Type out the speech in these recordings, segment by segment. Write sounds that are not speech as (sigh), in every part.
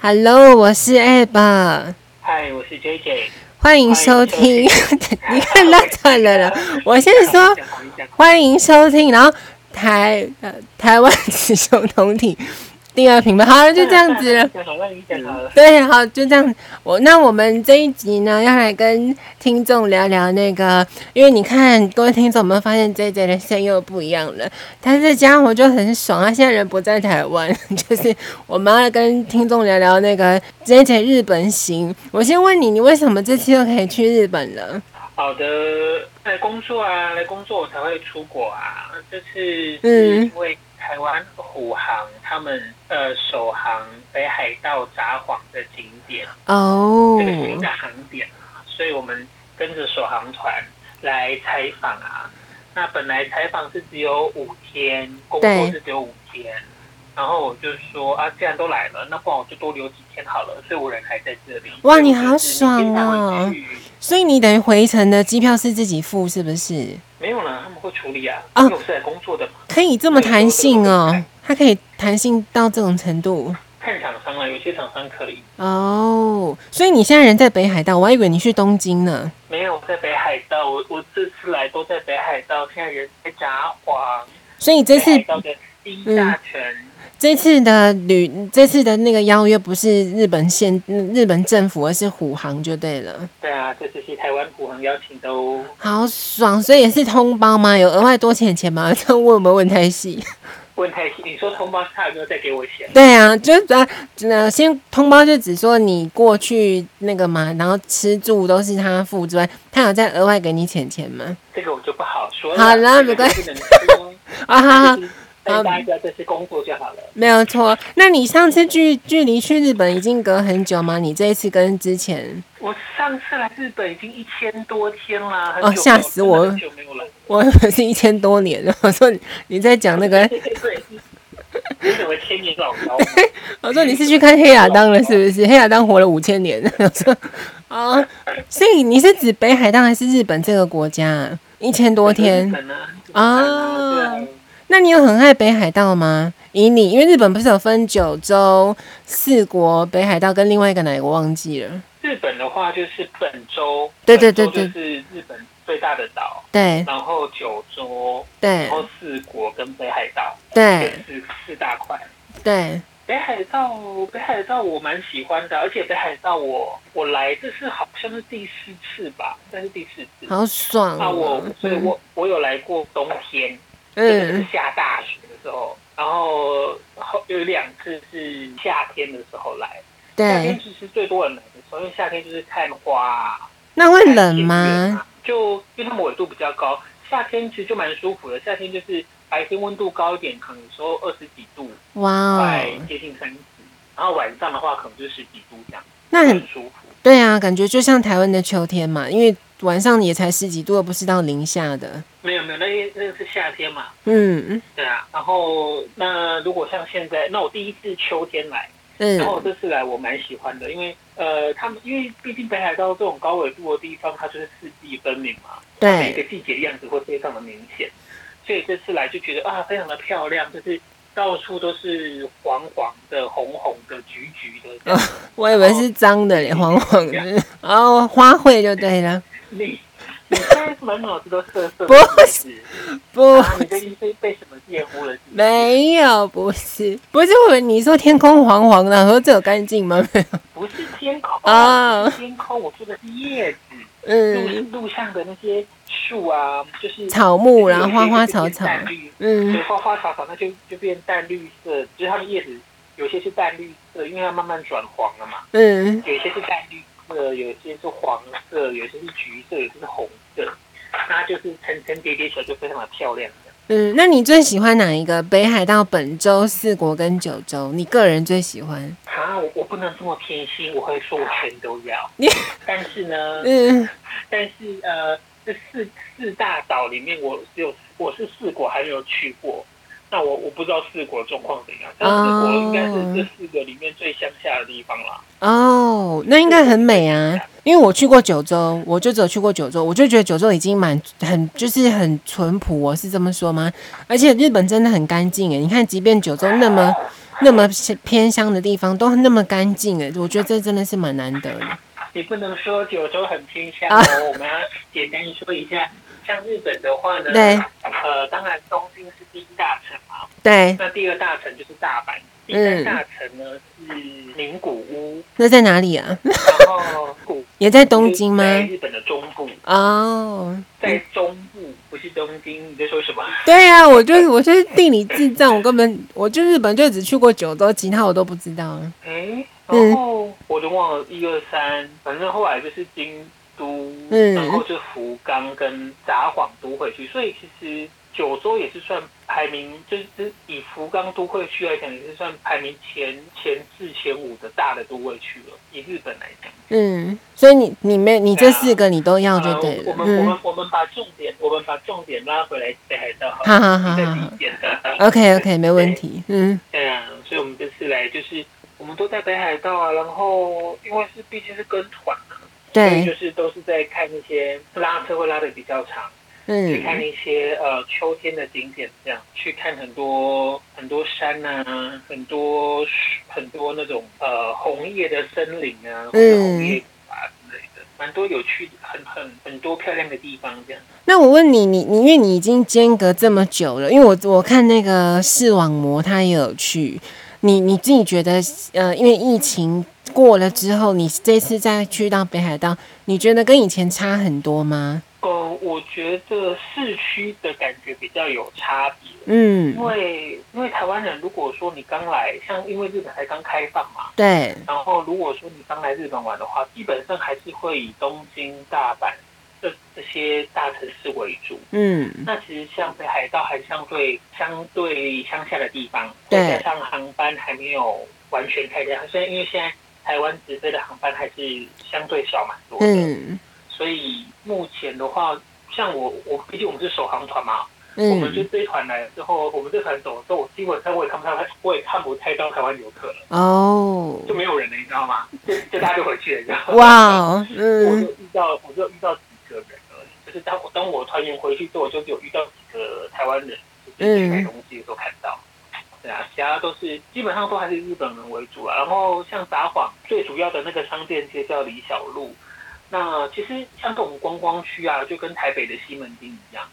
Hello，我是 Ab，嗨，我是 (laughs) JJ。欢迎收听。 (laughs) 你看到错了啦，我先说讲好你讲欢迎收听，然后台呃台湾 (laughs) 雌雄同体第二品牌，好了，就这样子了。啊讲好，那你讲好了。 (laughs) 对，好，就这样。我那我们这一集呢，要来跟听众聊聊那个，因为你看各位听众有没有发现 J J 的声音又不一样了？他这家伙就很爽，他现在人不在台湾， (laughs) 就是我们要来跟听众聊聊那个 J J 日本行。我先问你，你为什么这次又可以去日本了？好的，来工作啊，来工作我才会出国啊。这次是嗯因为台湾虎航他们呃首航北海道札幌的景点，哦这个新的航点，啊所以我们跟着首航团来采访啊。那本来采访是只有五天，工作对是只有五天，然后我就说啊，既然都来了，那不然我就多留几天好了，所以我人还在这里。哇所以你我好就是明天才会爽哦去所以你等于回程的机票是自己付，是不是？没有啦，他们会处理啊，啊因为我是来工作的嘛，可以这么弹性哦，它可以弹性到这种程度。看厂商啊，有些厂商可以。哦，所以你现在人在北海道，我还以为你去东京呢。没有我在北海道，我我这次来都在北海道，现在人在札幌，所以这北次海道的第一大泉。这次的旅，这次的那个邀约不是日本县、日本政府，而是虎航就对了。对啊，这次是台湾虎航邀请的哦。好爽，所以也是通包吗？有额外多钱钱吗？ (laughs) 这样问我们问太细。问太细，你说同胞差有没有再给我钱？对啊，就是呃，呃先通包就只说你过去那个嘛，然后吃住都是他付之外，他有再额外给你钱钱吗？这个我就不好说好啦了，没关系，不能 (laughs) 说。啊哈哈。就是跟大家这次工作就好了。没有错。那你上次距距离去日本已经隔很久吗？你这一次跟之前，我上次来日本已经一千多天啦，很哦久没有吓死我真的很久没有来。 (laughs) 我以为是一千多年了。 (laughs) 我说你你在讲那 (laughs) 个，对对对，你怎么千年老妖？我说你是去看黑亚当了是不是？黑亚当活了五千年。 (laughs) 我说啊、哦所以你是指北海道还是日本这个国家、啊？一千 (laughs) 多日天，本啊啊对啊那你有很爱北海道吗？以你，因为日本不是有分九州、四国、北海道跟另外一个哪个我忘记了。日本的话就是本州，对对对本州就是日本最大的岛，对然后九州，对然后四国跟北海道，这对四四大块。对，北海道，北海道我蛮喜欢的，而且北海道我我来这是好像是第四次吧，但是第四次。好爽、哦！啊，我所以我我有来过冬天，就是嗯下大雪的时候，然后后有两次是夏天的时候来，夏对天。其实最多人来的时候，因为夏天就是看花、那会看冷田园吗？啊？就因为他们纬度比较高，夏天其实就蛮舒服的，夏天就是白天温度高一点，可能有时候二十几度，哇快哦，接近三十，然后晚上的话可能就十几度这样，那很很舒服。对啊，感觉就像台湾的秋天嘛，因为晚上也才十几度，又不是到零下的。没有没有，那那是夏天嘛，嗯对啊。然后那如果像现在，那我第一次秋天来，然后嗯，这次来我蛮喜欢的，因为呃，他们因为毕竟北海道这种高纬度的地方，它就是四季分明嘛，每个对季节的样子会非常的明显，所以这次来就觉得啊，非常的漂亮，就是到处都是黄黄的、红红的、橘橘的 (laughs) 这样，我以为是脏的嘞，黄黄的，哦，花卉就对了。你你现在满脑子都色色的，不是不 (laughs) 不，是啊，你最近被被什么玷污了？是不是，没有，不是，不是，我以为你说天空黄黄的，我说这有干净吗？ (laughs) 没有。不是天空啊不是天空，我说的是叶子，路嗯，路上的那些树啊，就是草木啦，花花草草。淡绿嗯对，花花草草，那就就变淡绿色，就是它们叶子有些是淡绿色，因为它慢慢转黄了嘛。嗯，有些是淡绿色，有些是黄色，有些是橘色，有些是红色。那就是层层叠叠起来就非常的漂亮的。嗯，那你最喜欢哪一个？北海道、本州、四国跟九州，你个人最喜欢？啊，我我不能这么偏心，我会说我全都要你。但是 (laughs) 呢，嗯但是呃，这四四大岛里面，我只有我是四国还没有去过，那我我不知道四国状况怎样。但四国应该哦是这四个里面最乡下的地方啦。哦，那应该很美啊！因为我去过九州，我就只有去过九州，我就觉得九州已经蛮很就是很哦欸淳朴，我是这么说吗？而且日本真的很干净诶，你看，即便九州那么那么偏乡的地方都那么干净哎，我觉得这真的是蛮难得的。你不能说九州很偏乡哦，我们要简单说一下。像日本的话呢，对呃，当然东京是第一大城嘛，对，那第二大城就是大阪，第三大城呢是名古屋，那在哪里啊？然后古也在东京吗？在日本的中部，哦，在中部不是东京，你在说什么？对啊，我就是我就是地理智障，我根本我就日本就只去过九州，其他我都不知道啊。哎，嗯然后我就忘了一二三，反正后来就是京都，嗯然后就福冈跟札幌都会区，所以其实九州也是算排名，就是就是以福冈都会区来讲，也是算排名前前四前五的大的都会区了。以日本来讲，嗯，所以你你没你这四个你都要就呃对我了。们我嗯们，我们把重点，我们把重点拉回来北海道好了，好好好再好理好解。 ，OK OK，没问题。嗯 (laughs) 对啊，所以我们这次来就是我们都在北海道啊，然后因为是毕竟是跟团嘛，所以对，就是都是在看一些拉车会拉的比较长，去看嗯一些呃秋天的景点，这样去看很多很多山啊，很多很多那种呃红叶的森林啊，或者红叶谷啊之类的，蛮多有趣的，很很很多漂亮的地方这样。那我问你，你你因为你已经间隔这么久了，因为我我看那个视网膜他也有去，你你自己觉得呃，因为疫情过了之后，你这次再去到北海道，你觉得跟以前差很多吗？呃，我觉得市区的感觉比较有差别，嗯因，为因为台湾人如果说你刚来，像因为日本才刚开放嘛，对，然后如果说你刚来日本玩的话，基本上还是会以东京、大阪这这些大城市为主。嗯那其实像北海道还相对相对乡下的地方，对再加上航班还没有完全开掉，虽然因为现在台湾直飞的航班还是相对少蛮多的，嗯所以目前的话，像我我毕竟我们是首航团嘛，我们就嗯，这一团来之后，我们这团走之后，我基本上我也看不到，我也看不太到台湾游客了。哦，就没有人了，你知道吗？就就大家就回去了，你知道吗？哇哦，我嗯就遇到，我就遇到几个人而已。就是当我当我团员回去之后，我就有遇到几个台湾人，就是去买东西的时候看到。对啊，其他都是基本上都还是日本人为主啊。然后像札幌最主要的那个商店街叫李小璐，那其实像这种观光区啊，就跟台北的西门町一样，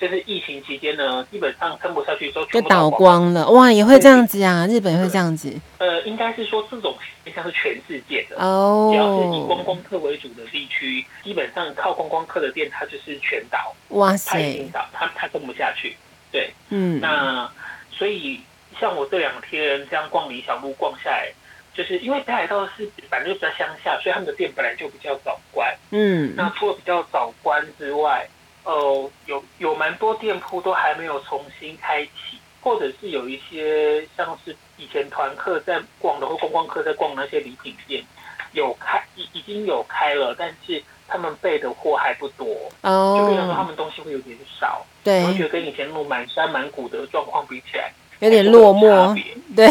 就是疫情期间呢，基本上撑不下去之后就全部倒光了。光了，哇，也会这样子啊，日本也会这样子呃，应该是说这种现象是全世界的。只要是以观哦，光客为主的地区，基本上靠观光客的店，它就是全倒，哇它已塞经，倒，它它撑不下去。对，嗯那所以像我这两天这样逛李小璐逛下来，就是因为北海道是反正就比较乡下，所以他们的店本来就比较早关。嗯那除了比较早关之外，呃，有有蛮多店铺都还没有重新开启，或者是有一些像是以前团客在逛的或观光客在逛那些礼品店，有开已已经有开了，但是他们备的货还不多，就变成说他哦，们东西会有点少，我会对，觉得跟以前那种满山满谷的状况比起来，有点落还是会有差寞，别。对，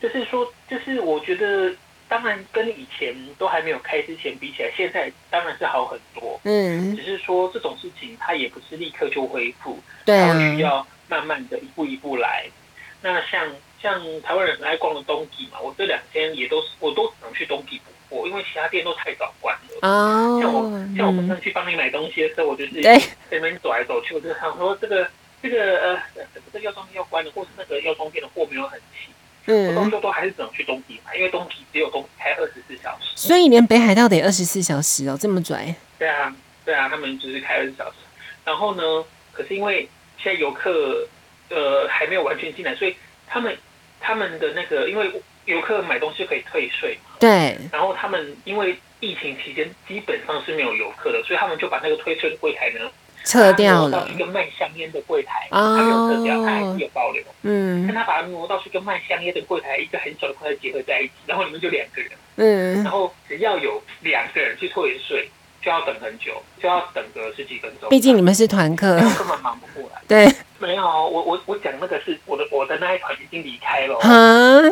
就是说，就是我觉得，当然跟以前都还没有开之前比起来，现在当然是好很多。嗯只是说这种事情它也不是立刻就恢复，对它会需啊，要慢慢的一步一步来。那像像台湾人很爱逛的东记嘛，我这两天也都是我都想去东记补货，因为其他店都太早关了。像我哦，像我刚嗯刚去帮你买东西的时候，我就是在对，那边走来走去，我就想说这个这个呃这个药妆店要关了，或是那个药妆店的货没有很齐，我到嗯时，候都还是只能去东记买，因为东记只有东开二十四小时。所以连北海道得二十四小时哦，这么拽，对啊，对啊，他们就是开二十小时。然后呢，可是因为现在游客呃还没有完全进来，所以他们他们的那个，因为游客买东西可以退税嘛，对，然后他们因为疫情期间基本上是没有游客的，所以他们就把那个退税的柜台呢撤掉它挪了到，一个卖香烟的柜台，哦他没有撤掉，他还是有保留，但嗯他把它挪到是跟卖香烟的柜台一个很小的柜台结合在一起，然后你们就两个人。嗯然，后只要有两个人去退税，就要等很久，就要等个十几分钟。毕竟你们是团客，根本忙不过来。对，没有，啊我我我讲那个是我的我的那一团已经离开了，哈，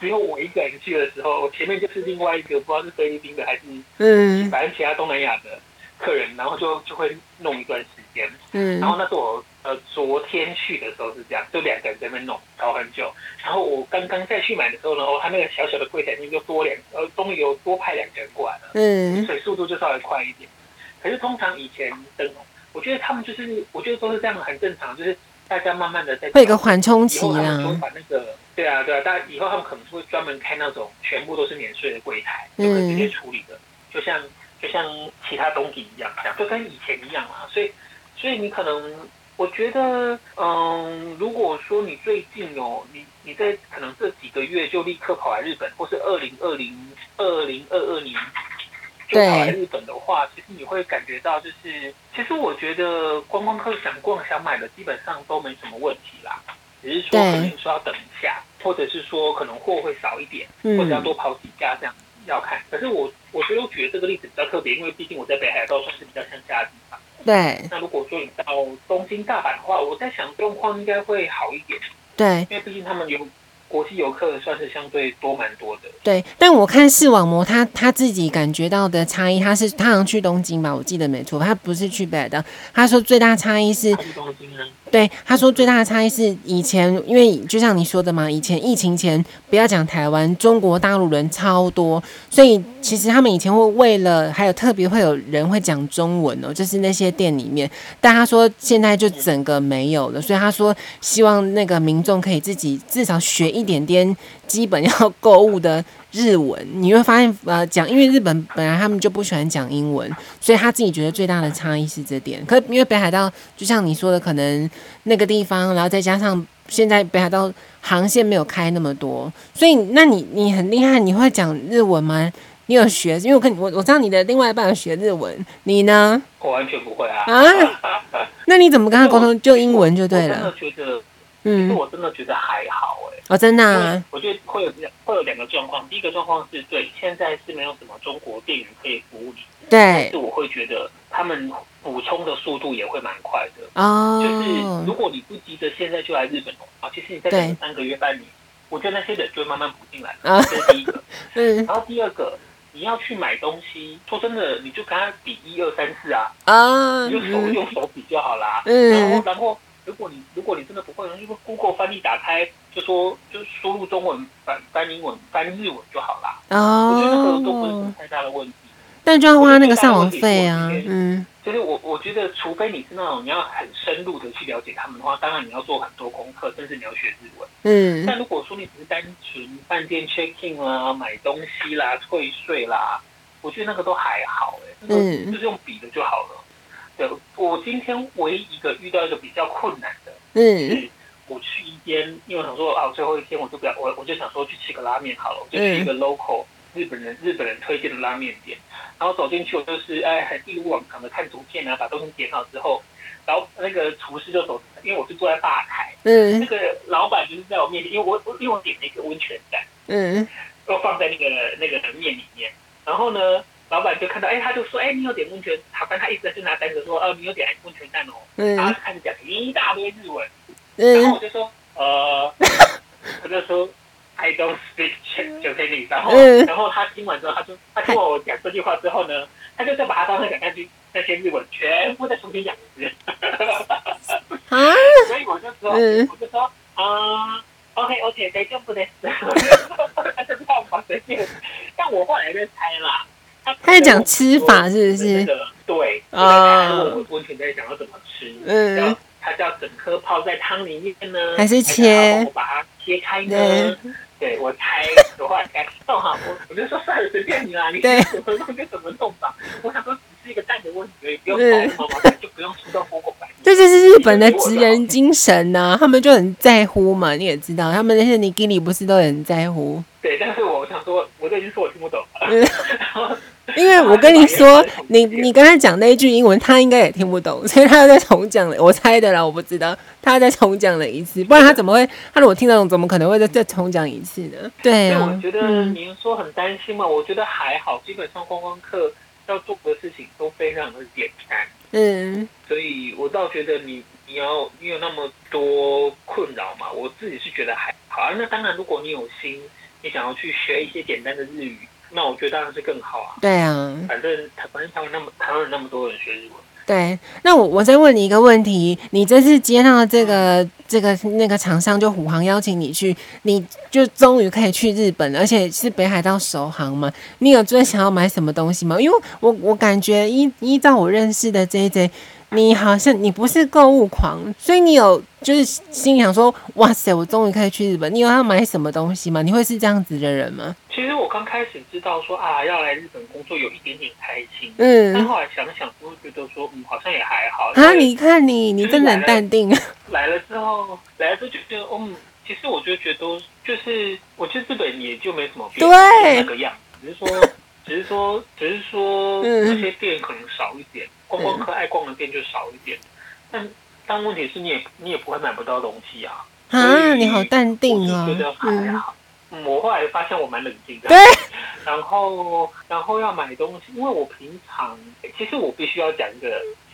只有我一个人去的时候，我前面就是另外一个不知道是菲律宾的还是嗯反正其他东南亚的。客人，然后就就会弄一段时间。嗯然后那是我呃昨天去的时候是这样，就两个人在那边弄，搞很久。然后我刚刚再去买的时候呢，哦，他那个小小的柜台那边就多两，呃，终于有多派两个人过来了，嗯所以速度就稍微快一点。可是通常以前灯笼，我觉得他们就是，我觉得都是这样，很正常，就是大家慢慢的在会有一个缓冲期以后他们就会啦。把那个，对啊对啊，但以后他们可能会专门开那种全部都是免税的柜台，就可以直接处理的，就像就像其他东西一样，这样就跟以前一样啊。所以所以你可能，我觉得，嗯，如果说你最近哦，你你在可能这几个月就立刻跑来日本，或是二零二零二零二二年就跑来日本的话，其实你会感觉到，就是其实我觉得观光客想逛想买的基本上都没什么问题啦，只是说对可能说要等一下，或者是说可能货会少一点，或者要嗯多跑几家这样要看。可是我我觉得我举的这个例子比较特别，因为毕竟我在北海道算是比较乡下的地方。对那如果说你到东京、大阪的话，我在想状况应该会好一点，对因为毕竟他们有国际游客算是相对多蛮多的。对，但我看视网膜他他自己感觉到的差异，他是他好像去东京吧，我记得没错，他不是去北海道，他说最大差异是去东京呢，对，他说最大的差异是以前，因为就像你说的嘛，以前疫情前，不要讲台湾，中国大陆人超多，所以其实他们以前会为了，还有特别会有人会讲中文哦，就是那些店里面。但他说现在就整个没有了，所以他说希望那个民众可以自己至少学一点点基本要购物的日文。你会发现，呃，讲因为日本本来他们就不喜欢讲英文，所以他自己觉得最大的差异是这点。可因为北海道就像你说的，可能。那个地方，然后再加上现在北海道航线没有开那么多，所以那你你很厉害，你会讲日文吗？你有学？因为我看你我我知道你的另外一半有学日文，你呢？我完全不会啊。 (laughs) 啊？那你怎么跟他沟通？就英文就对了我。真的觉得，其实嗯，我真的觉得还好哎、哦，真的、因为啊，我觉得会有两会有两个状况，第一个状况是对现在是没有什么中国店员可以服务你，但对是我会觉得他们补充的速度也会蛮快的。就是如哦，果你不急着现在就来日本的话，其实你再等对三个月半年，我觉得那些人就会慢慢补进来啊了。这是第一个，嗯然后第二个。你要去买东西，说真的，你就跟他比一二三四啊，啊，你就手嗯用手比就好啦。然后嗯，然后如果你如果你真的不会，就 Google 翻译打开，就说就输入中文翻翻英文翻日文就好啦。我觉得那个都不是什哦么，太大的问题。但就要花那个上网费啊，嗯，就是我我觉得，除非你是那种你要很深入的去了解他们的话，当然你要做很多功课，甚至你要学日文。嗯但如果说你只是单纯饭店 check in 啦、买东西啦、退税啦，我觉得那个都还好哎、欸，那个嗯就是用笔的就好了。对，我今天唯一一个遇到一个比较困难的，嗯，我去一间，因为我想说啊，我最后一天我就不要，我我就想说去吃个拉面好了，我就去一个 local 日本人日本人推荐的拉面店，然后走进去我就是哎很一如往常的看图片啊，把东西点好之后，然后那个厨师就走，因为我是坐在吧台，那嗯个老板就是在我面前，因为我我因为我点了一个温泉蛋，嗯，都放在那个那个面里面，然后呢。老板就看到，哎、他就说，哎、你有点温泉，好，但他一直在拿单子说，哦，你有点温泉蛋哦，然后嗯他开始讲一大堆日文，然嗯后我就说，呃，我就说 (laughs) I don't speak Ja- Japanese。然后，嗯然后他听完之后，他就他听完我讲这句话之后呢，他就再把他刚才讲那句那些日文全部再重新讲 (laughs) 一遍。啊。所以我就说，嗯我就说啊、o k OK，大丈 (laughs) 夫です。他就让我随便，但我后来在猜啦。他在讲吃法是不那是？个对，啊他问我温泉在想要怎么吃，嗯，它叫整颗泡在汤里面呢，还是切还要我把它切开呢？对，我猜的话，感受哈，我我就说算了，随便你啦，你对想怎么弄就怎么弄吧。我想说只是一个蛋的问题而已，不用搞那么麻烦，就不用吃到火锅白。这就是日本的职人精神呐、他们就很在乎嘛，你也知道，他们那些尼基里不是都很在乎？对，但是我想说，我这已经说我听不懂了，嗯 (laughs) 然后因为我跟你说，你你刚才讲那一句英文，他应该也听不懂，所以他又再重讲了。我猜的啦，我不知道，他又再重讲了一次，不然他怎么会？他如果听得懂，怎么可能会再再重讲一次呢？对所以啊，我觉得嗯您说很担心嘛，我觉得还好，基本上观光客要做的事情都非常的简单。嗯所以我倒觉得你你要你有那么多困扰嘛，我自己是觉得还好。啊那当然，如果你有心，你想要去学一些简单的日语，那我觉得当然是更好啊。对啊，反正台反正台湾那么台湾有那么多人学日文，对。那我我再问你一个问题，你这次接到这个这个那个厂商就虎航邀请你去，你就终于可以去日本了，而且是北海道首航嘛。你有最想要买什么东西吗？因为我我感觉依依照我认识的 J J，你好像你不是购物狂，所以你有就是心里想说，哇塞，我终于可以去日本。你有要买什么东西吗？你会是这样子的人吗？其实我刚开始知道说啊要来日本工作有一点点开心，但嗯，后来想想，我会觉得说嗯好像也还好。因啊，为你看你你真的很淡定，啊来了之后，来了之后就觉得嗯，其实我就觉得都就是我去日本也就没什么变，对就那个样子，只是说只 (laughs) 是说只是说嗯那些店可能少一点，观光客爱逛的店就少一点，但但问题是你也你也不会买不到东西啊。啊，你好淡定哦我就觉得，还嗯，好。嗯我后来发现我蛮冷静的。对。 (laughs) 然后，然后要买东西，因为我平常其实我必须要讲一个，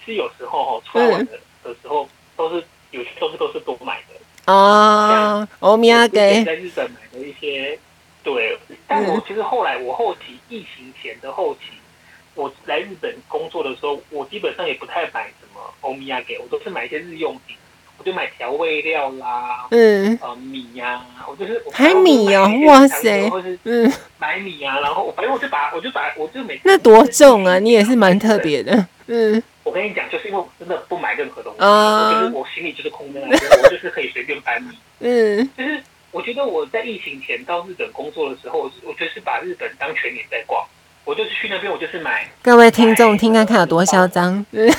是有时候哦，出来玩的嗯的时候都是有些东西都是多买的。哦，欧米我亚之前给，在日本买的一些，对。但我其实后来，我后期疫情前的后期，我来日本工作的时候，我基本上也不太买什么欧米亚给，我都是买一些日用品，我就买调味料啦，嗯呃米呀、我就是我还米哦我买一些哇塞或是嗯，买米呀、然后我反正我就把我就把我就每次那多重啊？你也是蛮特。别的，嗯我跟你讲，就是因为我真的不买任何东西，啊我就是我心里就是空的，我就是可以随便搬米。嗯，就是我觉得我在疫情前到日本工作的时候，我我就是把日本当全年在逛，我就是去那边我就是买 (laughs) 各位听众听看看有多嚣张，嗯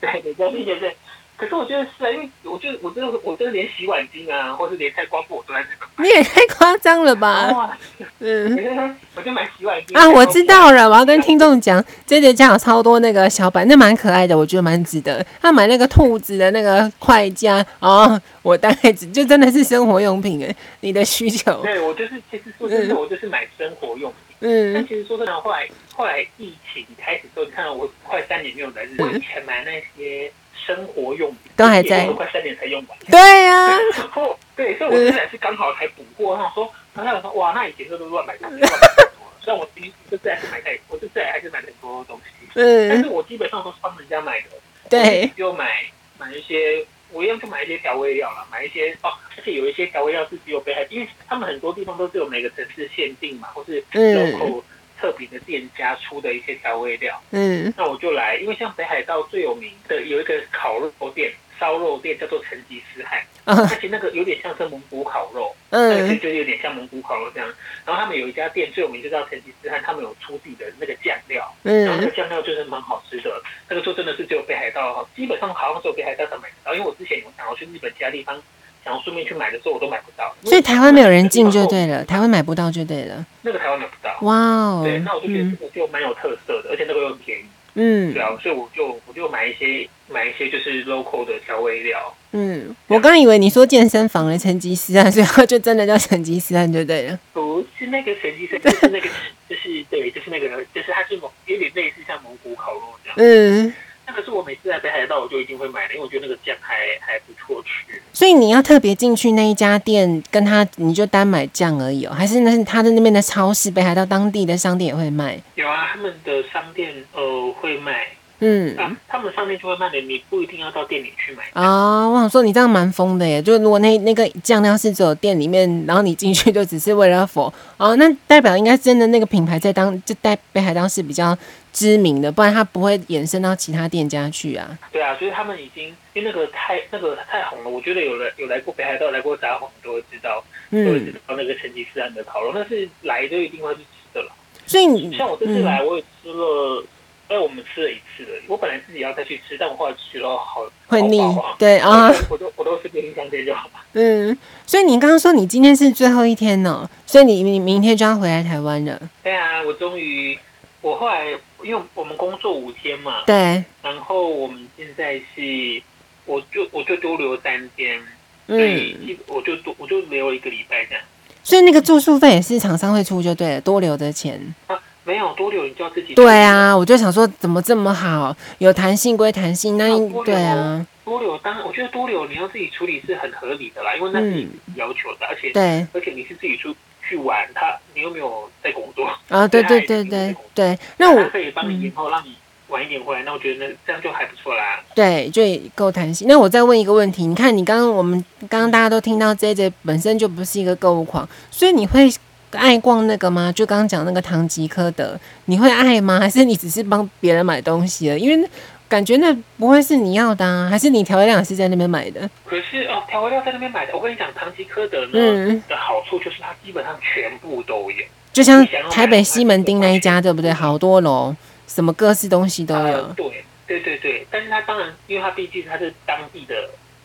对对对对对。可是我觉得是啊，因为我就我真的我真的连洗碗巾啊，或是连菜瓜布我都在日本你也太夸张了买。吧，哇！嗯。 (laughs) 我就买洗碗巾啊，我知道了，我要跟听众讲，这姐家有超多那个小板，那蛮可爱的，我觉得蛮值得。他买那个兔子的那个快家哦，我大概只就真的是生活用品哎，你的需求，对，我就是其实说真的，嗯我就是买生活用品。但嗯其实说真的，后来后来疫情开始之后，你看我快三年没有来日本，嗯我以前买那些生活用品都还在我快三年才用完。对啊呀、然后对，所以我现呃在是刚好才补货，然后说，然后他说哇，那以前都是乱买东西，(laughs) 乱买很多。虽然我第一这次还是买太，我这次还是买很多东西，但 (laughs) 嗯，是我基本上都是帮人家买的。对，，就买买一些，我一样就买一些调味料啦，买一些哦，而且有一些调味料是只有北海，因为他们很多地方都是有每个城市限定嘛，或是嗯 local 特别的店家出的一些调味料。嗯那我就来，因为像北海道最有名的有一个烤肉店、烧肉店叫做成吉思汗，啊而且那个有点像是蒙古烤肉，那个嗯就是有点像蒙古烤肉这样。然后他们有一家店最有名就叫成吉思汗，他们有出自己的那个酱料。然后那嗯个酱料就是蛮好吃的，那个就真的是只有北海道，基本上好像只有北海道才买得到。因为我之前有想要去日本其他地方，想要顺便去买的时候，我都买不到。所以台湾没有人进就，对了，台湾买不到就对了。那个台湾买不到。哇哦对，那我，就觉得嗯这个就蛮有特色的，而且那个又很便宜，对嗯啊，所以我就我就买一些买一些就是 local 的调味料，嗯，我刚以为你说健身房的成吉思汗，所以它就真的叫成吉思汗就对了。不是那个神奇生，就是那个 (laughs) 就是对，就是那个就是它是蒙有点类似像蒙古烤肉这样。嗯，那个是我每次来北海道我就一定会买的，因为我觉得那个酱还还不错吃。所以你要特别进去那一家店，跟他你就单买酱而已哦，还是那是他在那边的超市，北海道当地的商店也会卖？有啊，他们的商店呃会卖，嗯。啊，他们商店就会卖的，你不一定要到店里去买。哦，我想说你这样蛮疯的耶！就如果那那个酱料是只有店里面，然后你进去就只是为了否哦，那代表应该真的那个品牌在当就在北海道是比较知名的，不然它不会延伸到其他店家去啊。对啊，所以他们已经因为那个太那个太红了，我觉得有人有来过北海道、来过札幌都会知道，都会知嗯，道那个成吉思汗的烤肉，那是来就一定会去吃的啦。所以你嗯像我这次来，我也吃了，哎、我们吃了一次而已。我本来自己要再去吃，但我后来去了好会腻好饱啊，对啊，我都我都是便利商店就好了。嗯，所以你刚刚说你今天是最后一天呢、所以你你明天就要回来台湾了，对啊，我终于，我后来因为我们工作五天嘛，对，然后我们现在是，我就我就多留三天，所以嗯，基我就多我就留一个礼拜这样。所以那个住宿费也是厂商会出就对了，多留的钱。啊，没有多留，你就要自己对，啊，我就想说怎么这么好，有弹性归弹性，那应对啊，多留当然我觉得多留你要自己处理是很合理的啦，因为那是嗯你，要求的，而且对，而且你是自己住去玩，他你又没有在工作，啊，对对对对对，那我他嗯可以帮你延后，让你晚一点回来，那我觉得那这样就还不错啦。对，就也够弹性。那我再问一个问题，你看你刚刚我们刚刚大家都听到 J J 本身就不是一个购物狂，所以你会爱逛那个吗？就刚刚讲那个唐吉诃德，你会爱吗？还是你只是帮别人买东西了？因为那感觉那不会是你要的啊，还是你调味料也是在那边买的？可是哦，调味料在那边买的，我跟你讲，唐吉诃德呢、嗯，的好处就是它基本上全部都有，就像台北西门町那一家，对不对？好多楼，什么各式东西都呃嗯有。对对对对，但是它当然，因为它毕竟它是当地的，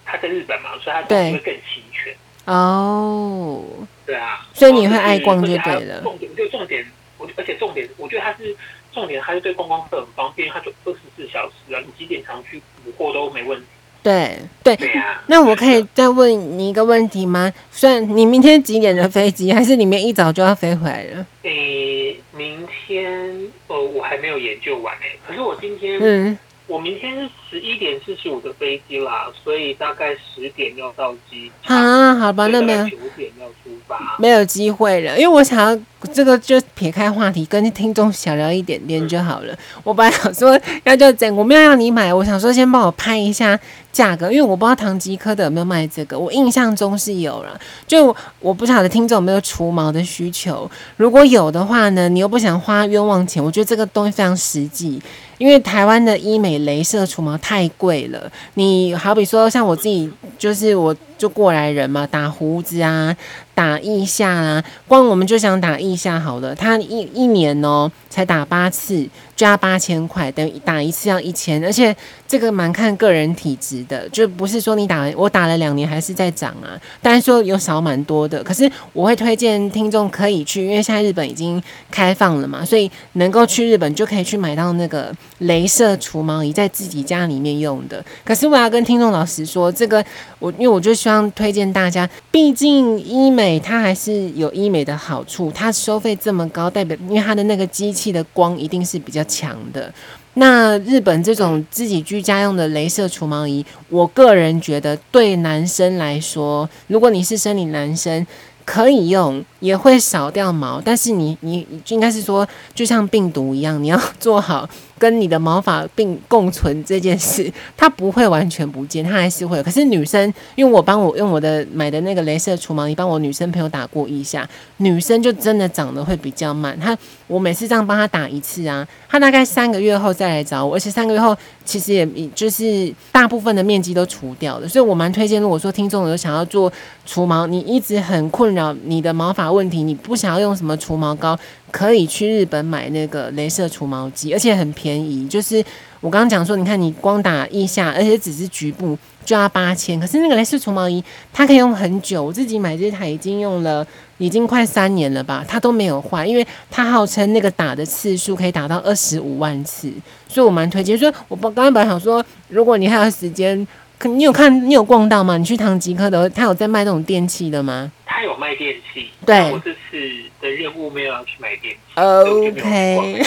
它在日本嘛，所以它对东西会更齐全。哦，对啊，所以你会爱逛就而且它对了重点就重点，我而且重点，我觉得它是重点，它是对观光客很方便，它就二十四小时啊，你几点常去补货都没问题。对对，对啊，那我可以再问你一个问题吗？虽然你明天几点的飞机，还是你明天一早就要飞回来了？诶、明天呃，我还没有研究完诶、可是我今天、嗯，我明天是十一点四十五的飞机啦，所以大概十点要到机好、场，好吧，所那以大啊没有概九点要出发。没有机会了，因为我想要这个就撇开话题，跟听众小聊一点点就好了。我本来想说要就整，我没有让你买，我想说先帮我拍一下价格，因为我不知道唐吉诃德有没有卖这个，我印象中是有了，就我我不晓得听众有没有除毛的需求，如果有的话呢，你又不想花冤枉钱，我觉得这个东西非常实际。因为台湾的医美镭射除毛太贵了，你好比说像我自己，就是我就过来人嘛，打胡子啊，打腋下啊，光我们就想打腋下好了，他一一年哦、才打八次，就要八千块，等于打一次要一千，而且这个蛮看个人体质的，就不是说你打完我打了两年还是在长啊，但是说有少蛮多的，可是我会推荐听众可以去，因为现在日本已经开放了嘛，所以能够去日本就可以去买到那个镭射除毛仪，在自己家里面用的。可是我要跟听众老师说，这个我因为我就希望推荐大家，毕竟医美它还是有医美的好处，它收费这么高，代表因为它的那个机器的光一定是比较强的。那日本这种自己居家用的镭射除毛仪，我个人觉得对男生来说，如果你是生理男生，可以用，也会少掉毛，但是你你你应该是说，就像病毒一样，你要做好跟你的毛发并共存这件事，它不会完全不见，它还是会有。可是女生，因为我帮我用我的买的那个镭射除毛仪帮我女生朋友打过一下，女生就真的长得会比较慢。她我每次这样帮她打一次啊，她大概三个月后再来找我，而且三个月后其实也就是大部分的面积都除掉了，所以我蛮推荐，如果说听众有想要做除毛，你一直很困扰你的毛发问题，你不想要用什么除毛膏，可以去日本买那个镭射除毛机，而且很便宜。就是我刚刚讲说，你看你光打腋下，而且只是局部就要八千，可是那个镭射除毛仪它可以用很久。我自己买这台已经用了。已经快三年了吧，它都没有坏，因为它号称那个打的次数可以达到二十五万次，所以我蛮推荐。所以我刚刚本来想说，如果你还有时间，可你有看你有逛到吗？你去唐吉诃德，他有在卖那种电器的吗？他有卖电器，对哦但我这次的任务没有要去买电器所以我就呃没有逛 OK，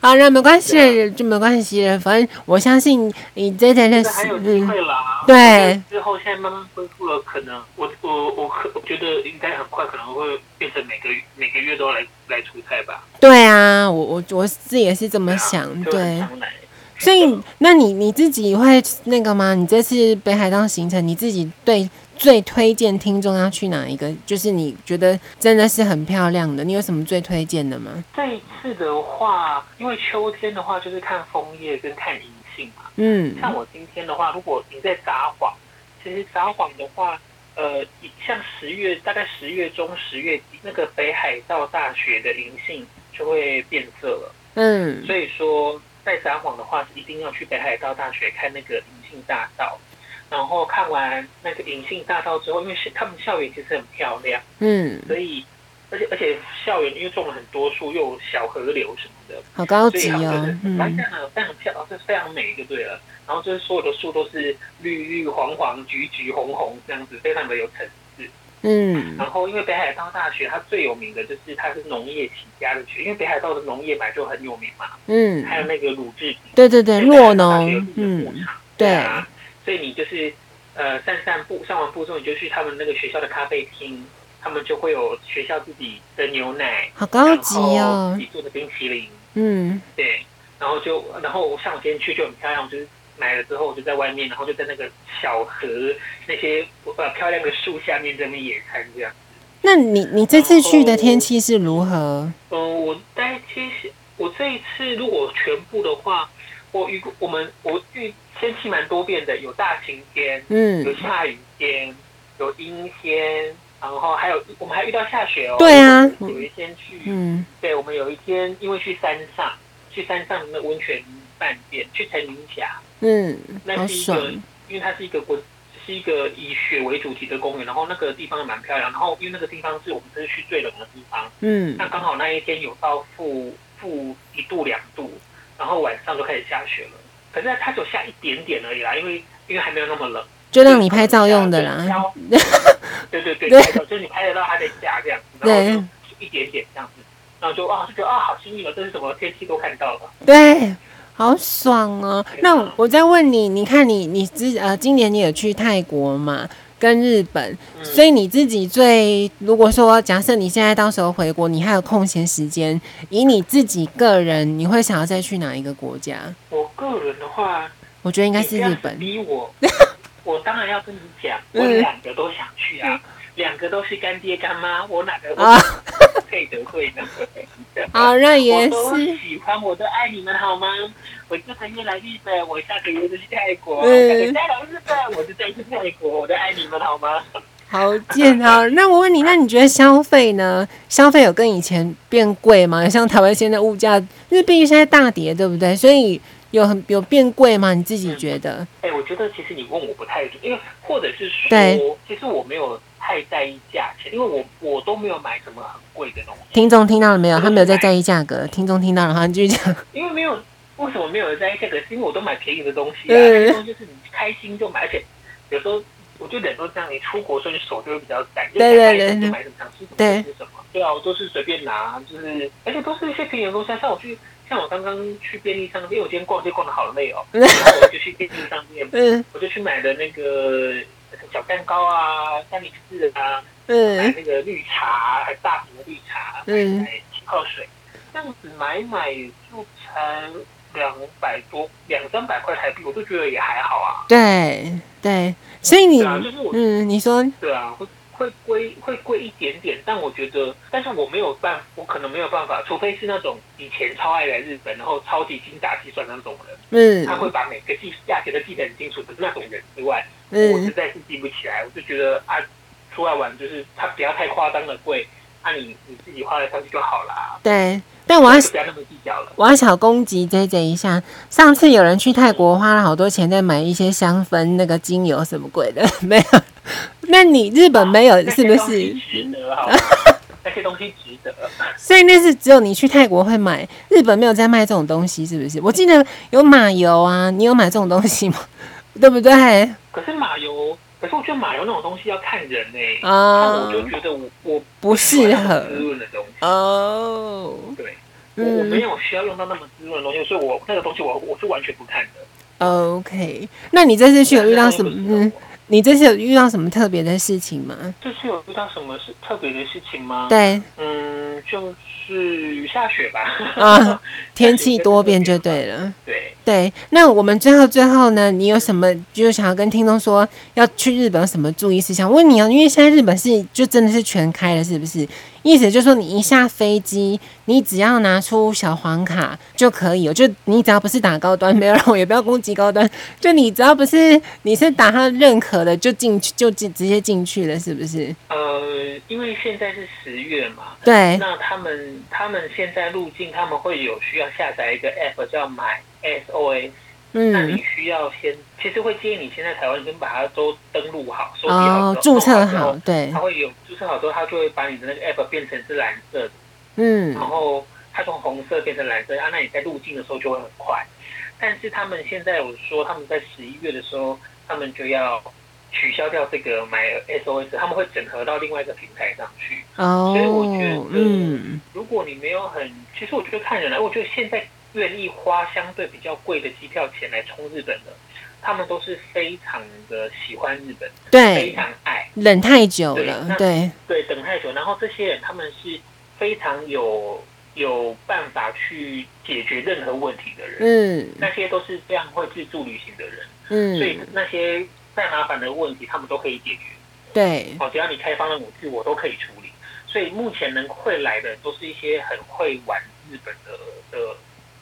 好，那没关系，就没关系了。反正我相信你这台的嗯这还有机是，会啦。对我觉得之后现在慢慢恢复了，可能我我我可我觉得应该很快可能会变成每个月每个月都来来出差吧。对啊，我我我自己也是这么想，啊就很对。常来。所以，那你你自己会那个吗？你这次北海道行程，你自己对最推荐听众要去哪一个？就是你觉得真的是很漂亮的，你有什么最推荐的吗？这一次的话，因为秋天的话就是看枫叶跟看银杏嘛。嗯，像我今天的话，如果你在札幌，其实札幌的话，呃，以像十月大概十月中、十月底，那个北海道大学的银杏就会变色了。嗯，所以说，在札幌的话，一定要去北海道大学看那个银杏大道。然后看完那个银杏大道之后，因为是他们校园其实很漂亮，嗯，所以而且而且校园因为种了很多树，又有小河流什么的，好高所以级它们哦的，蛮嗯漂亮的，呃非常漂亮，就是非常美就对了。然后就是所有的树都是绿绿、黄黄、橘橘、红红这样子，非常的有层次。嗯然后因为北海道大学它最有名的就是它是农业起家的学，因为北海道的农业本来就很有名嘛，嗯，还有那个乳制品。对对对，洛大学农有自，己的牧嗯，场，对啊，所以你就是呃散散步，上完步之后你就去他们那个学校的咖啡厅，他们就会有学校自己的牛奶，好高级然后哦自。己做的冰淇淋，嗯对，然后就然后我像我今天去就很漂亮，就是买了之后就在外面，然后就在那个小河那些呃漂亮的树下面这边野餐这样。，那你你这次去的天气是如何？嗯，我在其实我这一次如果全部的话，我遇过我们我遇天气蛮多变的，有大晴天，有嗯，下雨天，有阴天，然后还有我们还遇到下雪哦。对啊有一天去，嗯对我们有一天因为去山上，去山上的温泉饭店，去陈林峡，嗯，那好是一爽个，因为它是一个国。是一个以雪为主题的公园，然后那个地方也蛮漂亮，然后因为那个地方是我们这次去最冷的地方，嗯那刚好那一天有到负负一度两度，然后晚上就开始下雪了。可是它只有下一点点而已啦，因为因为还没有那么冷，就让你拍照用的啊啦。。 (laughs) 对对对，对拍照就是你拍得到它在下这样子，对然后就一点点这样子，然后就啊就觉得啊好幸运哦，这是什么天气都看到了。对，好爽哦！啊那我我再问你，你看你你之呃，今年你有去泰国嘛？跟日本，嗯，所以你自己最如果说假设你现在到时候回国，你还有空闲时间，以你自己个人，你会想要再去哪一个国家？我个人的话，我觉得应应该是日本。逼 (laughs) 我，我当然要跟你讲，我嗯两个都想去啊，两个都是干爹干妈，我哪个啊我可以得罪呢？ (laughs) 好，那我也都是，喜欢，我都爱你们，好吗？我这个月来日本，我下个月就去泰国，嗯我下个月再来日本，我就再去泰国，我都爱你们，好吗？好健 (laughs) 好。那我问你，那你觉得消费呢？消费有跟以前变贵吗？像台湾现在物价，日币现在大跌，对不对？所以有很有变贵吗？你自己觉得？哎、我觉得其实你问我不太准，因为或者是对说，其实我没有太在意价钱，因为我我都没有买什么很贵的东西，听众听到了没嗯有？他没有在在意价格。听众听到了，好，你继续讲。因为没有为什么没有人在意价格，是因为我都买便宜的东西啊，嗯那些东西就是你开心就买，而且有时候我觉得人都这样，你出国所以你手就会比较散，就对想对买什对么就买什么，想吃什么对就吃什么，对啊，我都是随便拿，就是而且都是一些便宜的东西啊，像我去像我刚刚去便利商店，因为我今天逛街逛的好累哦， (laughs) 然后我就去便利商店，嗯我就去买了那个小蛋糕啊、三明治啊，买嗯那个绿茶，还大瓶的绿茶，嗯买气泡水，这样子买一买就才两百多、两三百块台币，我都觉得也还好啊。对对，所以你对啊，就是我，嗯，你说对啊，会会贵会贵一点点，但我觉得，但是我没有办，我可能没有办法，除非是那种以前超爱来日本，然后超级精打细算那种人，嗯他会把每个记价钱都记得很清楚的那种人之外，我实嗯在是记不起来，我就觉得啊，出来玩就是它不要太夸张的贵，啊你你自己花得上去就好啦，对，但我要就不要那么计较了。我要小攻击 J J 一下，上次有人去泰国花了好多钱在买一些香氛、那个精油什么鬼的， (laughs) 没有？那你日本没有那呃是些不东西是？值 (laughs) 得好吗？那些东西值得。所以那是只有你去泰国会买，日本没有在卖这种东西，是不是？我记得有马油啊，你有买这种东西吗？ (laughs) 对不对？啊可是马油，可是我觉得马油那种东西要看人呢、欸。那啊我，就觉得我我不适合滋润的东嗯西，哦，对，我我没嗯有需要用到那么滋润的东西，所以我那个东西我我是完全不看的。 ，OK。那你这次去有遇到什么？那个东西嗯不，适合我你这次有遇到什么特别的事情吗？这次有遇到什么事特别的事情吗？对嗯，就是下雪吧。 (laughs) 啊，天气多变就对了。对，对，那我们最后最后呢，你有什么就是想要跟听众说要去日本有什么注意事项？问你哦，因为现在日本是就真的是全开了，是不是？意思就是说，你一下飞机，你只要拿出小黄卡就可以哦，就你只要不是打高端，没有让我也不要攻击高端，就你只要不是你是打他认可的，就进去就进直接进去了，是不是？呃，因为现在是十月嘛，对，那他们他们现在入境他们会有需要下载一个 app 叫买 SOS，、那嗯你，需要先，其实会建议你先在台湾先把它都登录好，收集好哦之后，注册弄之后好，对它，会有注册好之后，它就会把你的那个 app 变成是蓝色的，嗯然后它从红色变成蓝色，啊，那你在入境的时候就会很快。但是他们现在有说，他们在十一月的时候，他们就要取消掉这个买 SOS，他们会整合到另外一个平台上去。所以我觉哦得，嗯，如果你没有很，其实我觉得看人来，我觉得现在愿意花相对比较贵的机票钱来冲日本的，他们都是非常的喜欢日本，非对，常爱。忍太久对了那，对，对，等害羞，然后这些人他们是非常有有办法去解决任何问题的人，嗯那些都是非常会自助旅行的人，所以嗯，那些再麻烦的问题他们都可以解决。对，哦，只要你开放了我自我都可以处理。所以目前能会来的都是一些很会玩日本的的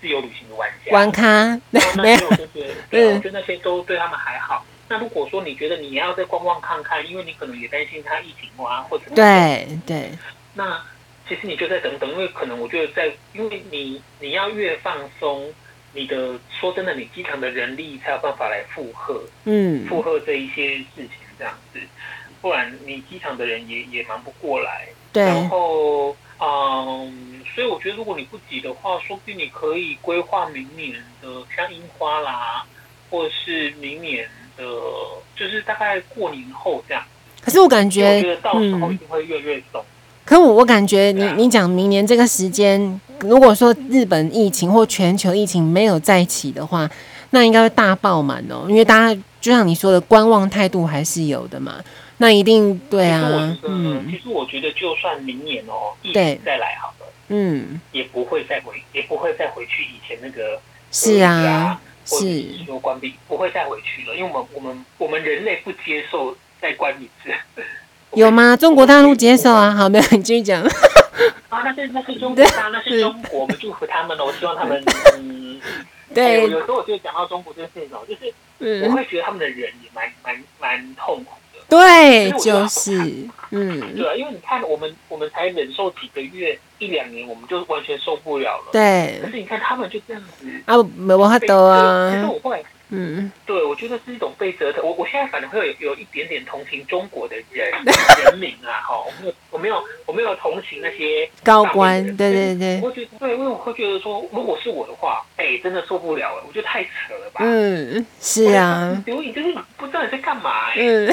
自由旅行的玩家。玩嗯咖，然后那没有 (laughs) 些我就觉得，对啊，我觉得那些都对他们还好。那如果说你觉得你要再逛逛看看，因为你可能也担心他疫情啊，或者对对，那其实你就再等等，因为可能我觉得在，因为你你要越放松，你的说真的，你机场的人力才有办法来负荷。嗯负荷这一些事情这样子，不然你机场的人也也忙不过来。然对，后，嗯，所以我觉得如果你不急的话，说不定你可以规划明年的像樱花啦，或是明年的，就是大概过年后这样。可是我感因为觉我觉得到时候一嗯。定会越来越松。可我我感觉你对啊你讲明年这个时间，如果说日本疫情或全球疫情没有在一起的话，那应该会大爆满哦，因为大家就像你说的，观望态度还是有的嘛。那一定对其实我啊觉，得，嗯其实我觉得，就算明年哦，疫对情再来好了，嗯，也不会再回，也不会再回去以前那个是对啊，或者是是说关闭，不会再回去了，因为我们我们我们人类不接受再关一次。 (laughs) 有吗？中国大陆接受啊，好，没有，你继续讲。啊，那是那是中国啊，那是中国，我们祝福他 (laughs) 们了。我希望他们，嗯，哎对有，有时候我就讲到中国这件事情哦，就是我嗯，会觉得他们的人也蛮蛮蛮痛苦的，对，就是，嗯，对啊，因为你看我们我们才忍受几个月一两年，我们就完全受不了了。对可是你看他们就这样子啊，没 (laughs) 办法被的其实啊，我后来嗯，对，我觉得是一种被折腾。我我现在反而会有有一点点同情中国的 (laughs) 人人民啊，哈，我没有我没有我没有同情那些高大陆官，人对对对，我会觉得对，因为我会觉得说，如果是我的话，哎，真的受不了了，我觉得太扯了吧。嗯，我是就啊，，刘颖就是不知道你在干嘛、哎、嗯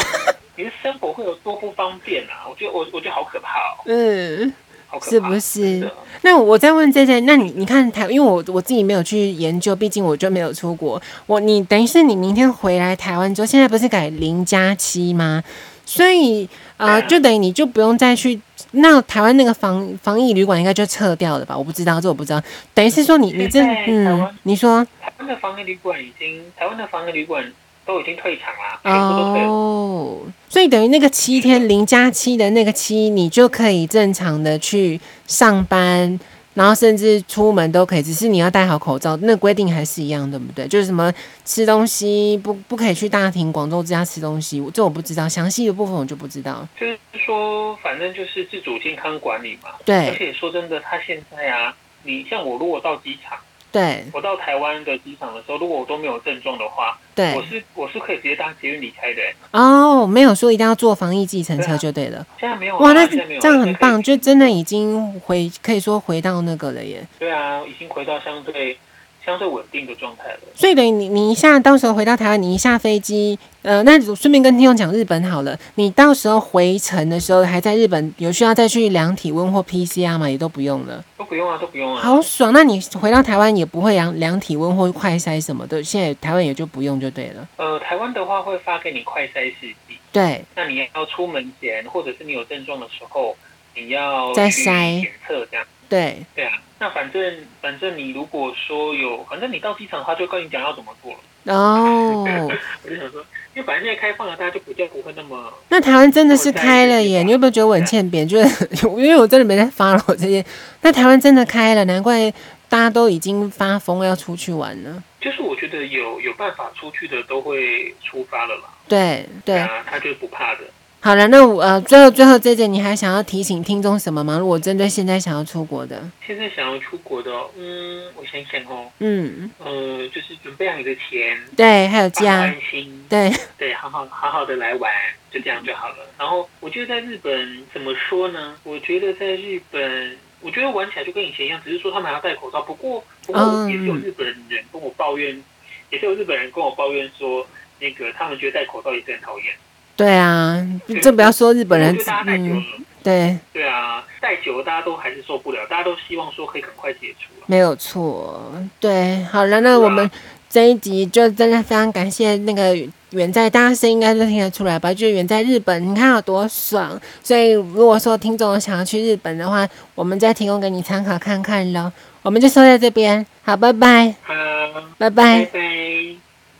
你的生活会有多不方便啊！我觉得我我觉得好可怕哦，嗯。好可怕，是不真是的？那我再问 J J，那你你看台，因为我我自己没有去研究，毕竟我就没有出国。我你等于是你明天回来台湾之后，现在不是改零加七吗？所以呃，嗯就等于你就不用再去那台湾那个防防疫旅馆应该就撤掉了吧？我不知道，这我不知道。等于是说你你这现在台嗯湾，你说台湾的防疫旅馆已经，台湾的防疫旅馆都已经退场啦，全部都退了。哦，所以等于那个七天零加七的那个七，你就可以正常的去上班，然后甚至出门都可以，只是你要戴好口罩，那规定还是一样，对不对？就是什么吃东西不不可以去大庭广众之下吃东西，我这我不知道，详细的部分我就不知道。就是说，反正就是自主健康管理嘛。而对且说真的，他现在啊，你像我，如果到机场，对我到台湾的机场的时候，如果我都没有症状的话，我对，是我是可以直接搭捷运离开的、欸。哦，没有说一定要坐防疫计程车就对了。现在没有啊、哇，那现在没有啊，这样很现在可以棒，就真的已经回可以说回到那个了耶。对啊，已经回到相对相对稳定的状态了。所以等于你你一下到时候回到台湾，你一下飞机，呃，那顺便跟听众讲日本好了。你到时候回程的时候还在日本，有需要再去量体温或 PCR 嘛？也都不用了，都不用啊，都不用啊。好爽。那你回到台湾也不会量量体温或快筛什么的，现在台湾也就不用就对了。呃，台湾的话会发给你快筛试剂，对那你要出门前或者是你有症状的时候，你要再去筛检测这样。对，对啊，那反正反正你如果说有，反正你到机场他就跟你讲要怎么做了。哦，我就想说，因为反正现在开放了，大家就比较不会那么那台湾真的是开了耶！你有没有觉得我很欠扁？就是因为我真的没在发了这些。那台湾真的开了，难怪大家都已经发疯要出去玩了。就是我觉得有有办法出去的都会出发了啦。对对，啊，他就是不怕的。好了，那我呃，最后最后这姐，你还想要提醒听众什么吗？如果针对现在想要出国的，现在想要出国的哦，嗯，我想想哦，嗯，呃，就是准备好你的钱，对，还有放家，安心，对，对，好好好好的来玩，就这样就好了。然后我觉得在日本怎么说呢？我觉得在日本，我觉得玩起来就跟以前一样，只是说他们还要戴口罩。不过，不过嗯也是有日本人跟我抱怨，也是有日本人跟我抱怨说，那个他们觉得戴口罩也是很讨厌。对啊，这不要说日本人我觉得，大家戴久嗯，了，对，对啊，戴久了大家都还是受不了，大家都希望说可以赶快解除了。没有错，对，好了，那我们这一集就真的非常感谢那个远在大家声音应该都听得出来吧？就是远在日本，你看有多爽。所以如果说听众想要去日本的话，我们再提供给你参考看看喽。我们就说在这边，好，拜拜，嗯，拜拜。拜拜